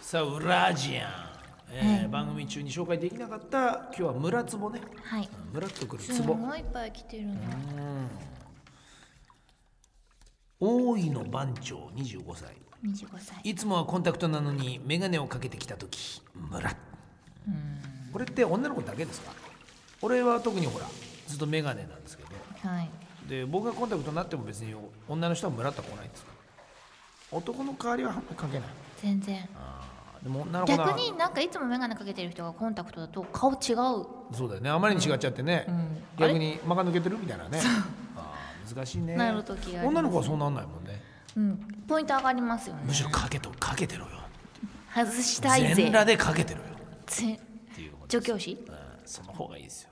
さあウラジアン、えー番組中に紹介できなかった今日は村壺ねはい村っとくるす壺ごいいっぱい来てるな大井の番長25歳25歳いつもはコンタクトなのに眼鏡をかけてきた時ムラッこれって女の子だけですか俺は特にほらずっと眼鏡なんですけどはいで僕がコンタクトになっても別に女の人はムラッとは来ないんですか男の代わりはあんまりかけない全然あーでも女の子が逆になんかいつも眼鏡かけてる人がコンタクトだと顔違うそうだよねあまりに違っちゃってね、ん逆に間が抜けてるみたいなねあー難しいねなる時があります女の子はそうなんないもんねうんポイント上がりますよねむしろかけとかけてろよ外したい全ぜ裸でかけてろよぜっていうことです助教師うんその方がいいですよ、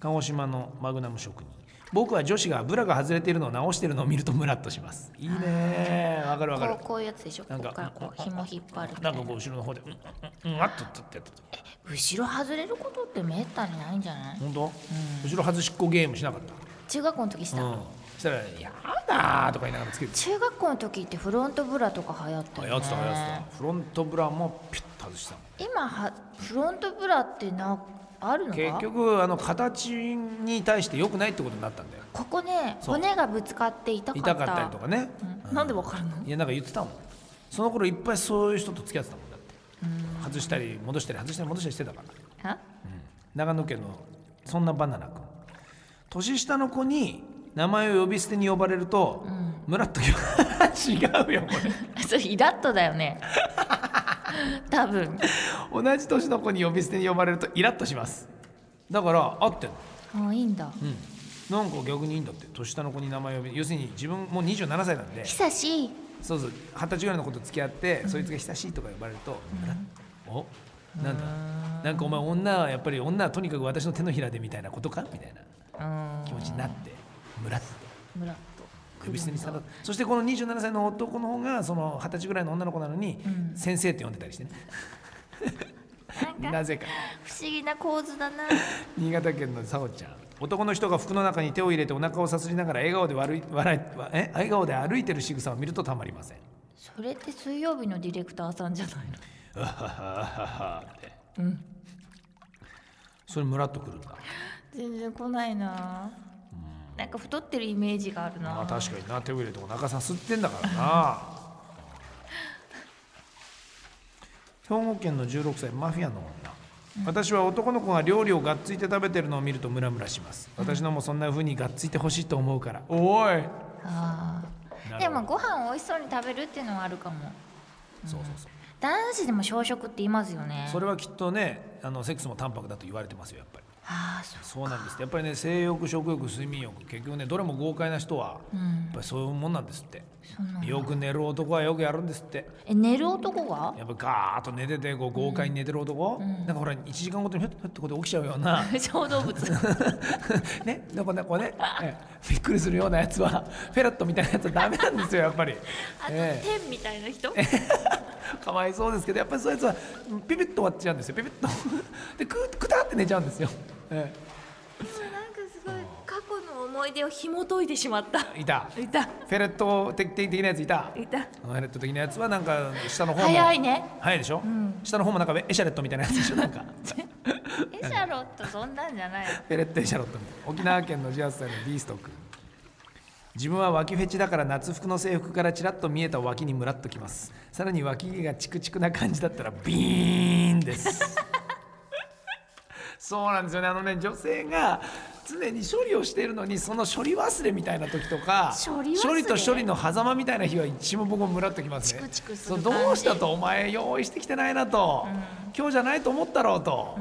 鹿児島のマグナム職人僕は女子がブラが外れているのを直しているのを見るとムラっとしますいいねわかるわかこるうこういうやつでしょなこんかこからこう紐引っ張るみたないんなかこう後ろの方でうんうんうんあっとっとってやったと後ろ外れることってめったにないんじゃない本当、後ろ外しっこゲームしなかっ、中学校の時したた、うん、したら「やだ!」とか言いながらつけて中学校の時ってフロントブラとか流行ったあよねやつだやつだフロントブラもピュッと外したの今はフロントブラってなあるのか結局あの形に対して良くないってことになったんだよここねそう骨がぶつかって痛かった痛かったりとかね、うんなんでわかるのいやなんか言ってたもんその頃いっぱいそういう人と付き合ってたもんだって外したり戻したり外したり戻したりしてたから、あ長野県のそんなバナナ君年下の子に名前を呼び捨てに呼ばれると、ムラっときま 違うよこ それイラッとだよ ね多分れ同じ年の子に呼び捨てに呼ばれるとイラッとしますだから合ってんのあいいんだうんなんか逆にいいんだって年下の子に名前を呼び要するに自分もう27歳なんで久しいそうそう二十歳ぐらいの子と付き合って、そいつが親しいとか呼ばれると、おなんだなんかお前女はやっぱり女はとにかく私の手のひらでみたいなことかみたいなうん気持ちになってムラっとムラッと首捨てにさらっそしてこの27歳の男の方がその二十歳ぐらいの女の子なのに、先生って呼んでたりしてねなんかなぜか不思議な構図だな新潟県のさおちゃん男の人が服の中に手を入れてお腹をさすりながら笑顔で悪い笑いえ笑顔で歩いてる仕草を見るとたまりませんそれって水曜日のディレクターさんじゃないのうははははって、それムラっとくるんだ全然来ないななんか太ってるイメージがあるまあな確かにな手を入れてお腹さすってんだから な兵庫県の16歳マフィアの女私は男の子が料理をがっついて食べてるのを見るとムラムラします私のもそんな風にがっついてほしいと思うからおいあなるほどーでもご飯美味しそうに食べるっていうのはあるかもそうそうそう男子でも小食って言いますよねそれはきっとねあのセックスも淡白だと言われてますよやっぱりああそうそうなんですってやっぱりね性欲食欲睡眠欲結局ねどれも豪快な人はやっぱりそういうもんなんですって、そうなんだよく寝る男はよくやるんですってえ寝る男がやっぱガーッと寝ててこう豪快に寝てる男、なんかほら1時間ごとにふっふっとこうやって起きちゃうよう な小動物ねなんかねこうね、ええびっくりするようなやつはフェラットみたいなやつはダメなんですよやっぱり。あと え天みたいな人えかわいそうですけどやっぱりそういうやつはうんピピッと終わっちゃうんですよピピッとでくくたって寝ちゃうんですよ、えなんかすごい過去の思い出を紐解いてしまった えいたいたフェレット的的なやついたいたフェレット的なやつはなんか下の方も早 いね早いでしょ、下の方もなんかエシャレットみたいなやつでしょなんかエシャロットそんなんじゃないペレットエシャロットみたいな沖縄県の18歳のビースト君自分は脇フェチだから夏服の制服からちらっと見えた脇にムラっときますさらに脇毛がチクチクな感じだったらビーンです そうなんですよねあのね女性が常に処理をしているのにその処理忘れみたいな時とか処理忘れと処理の狭間みたいな日は一も僕もムラっときますねチクチクすそるう感じどうしたとお前用意してきてないなと、今日じゃないと思ったろうと、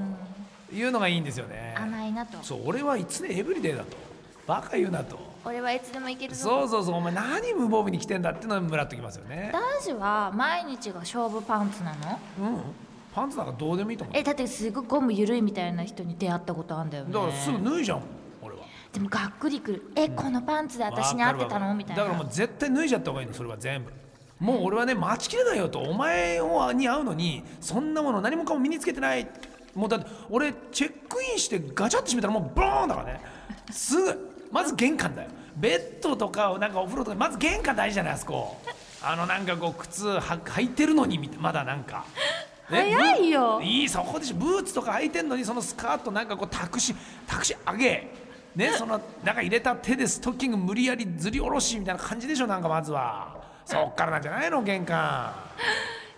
いうのがいいんですよね甘いなとそう俺はいつでエブリデイだとバカ言うなと俺はいつでもいけるぞそうそうそうお前何無防備に来てんだってのはムラっときますよね男子は毎日が勝負パンツなのうんパンツなんかどうでもいいと思うえだってすごいゴム緩いみたいな人に出会ったことあんだよねだからすぐ脱いじゃん俺はでもがっくりくるえ、このパンツで私に合ってたのみたいなだからもう絶対脱いじゃった方がいいのそれは全部もう俺はね待ちきれないよとお前をに会うのにそんなもの何もかも身につけてないもうだって俺チェックインしてガチャって閉めたらもうボーンだからねすぐまず玄関だよベッドとかなんかお風呂とかまず玄関大事じゃないあそこあのなんかこう靴は履いてるのにみたまだなんか。ね早いよブいいそこでしょブーツとか履いてんのにそのスカートなんかこうタクシータクシー上げねそのなんか入れた手でストッキング無理やりずり下ろしみたいな感じでしょなんかまずはそっからなんじゃないの玄関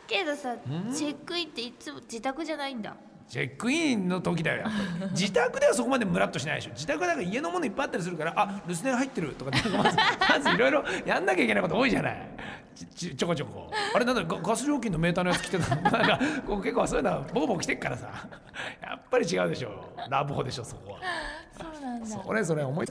けどさチェックインっていつも自宅じゃないんだチェックインの時だよやっぱり自宅ではそこまでムラっとしないでしょ自宅はなんか家のものいっぱいあったりするからあ留守電入ってるとかなんかまず まずいろいろやんなきゃいけないこと多いじゃないちちちょこちょこあれなんだガガス料金のメーターのやつ来てたのなんかこう結構そういうのはボコボコ来てっからさやっぱり違うでしょラブホでしょそこはそうなんだそれそれ思い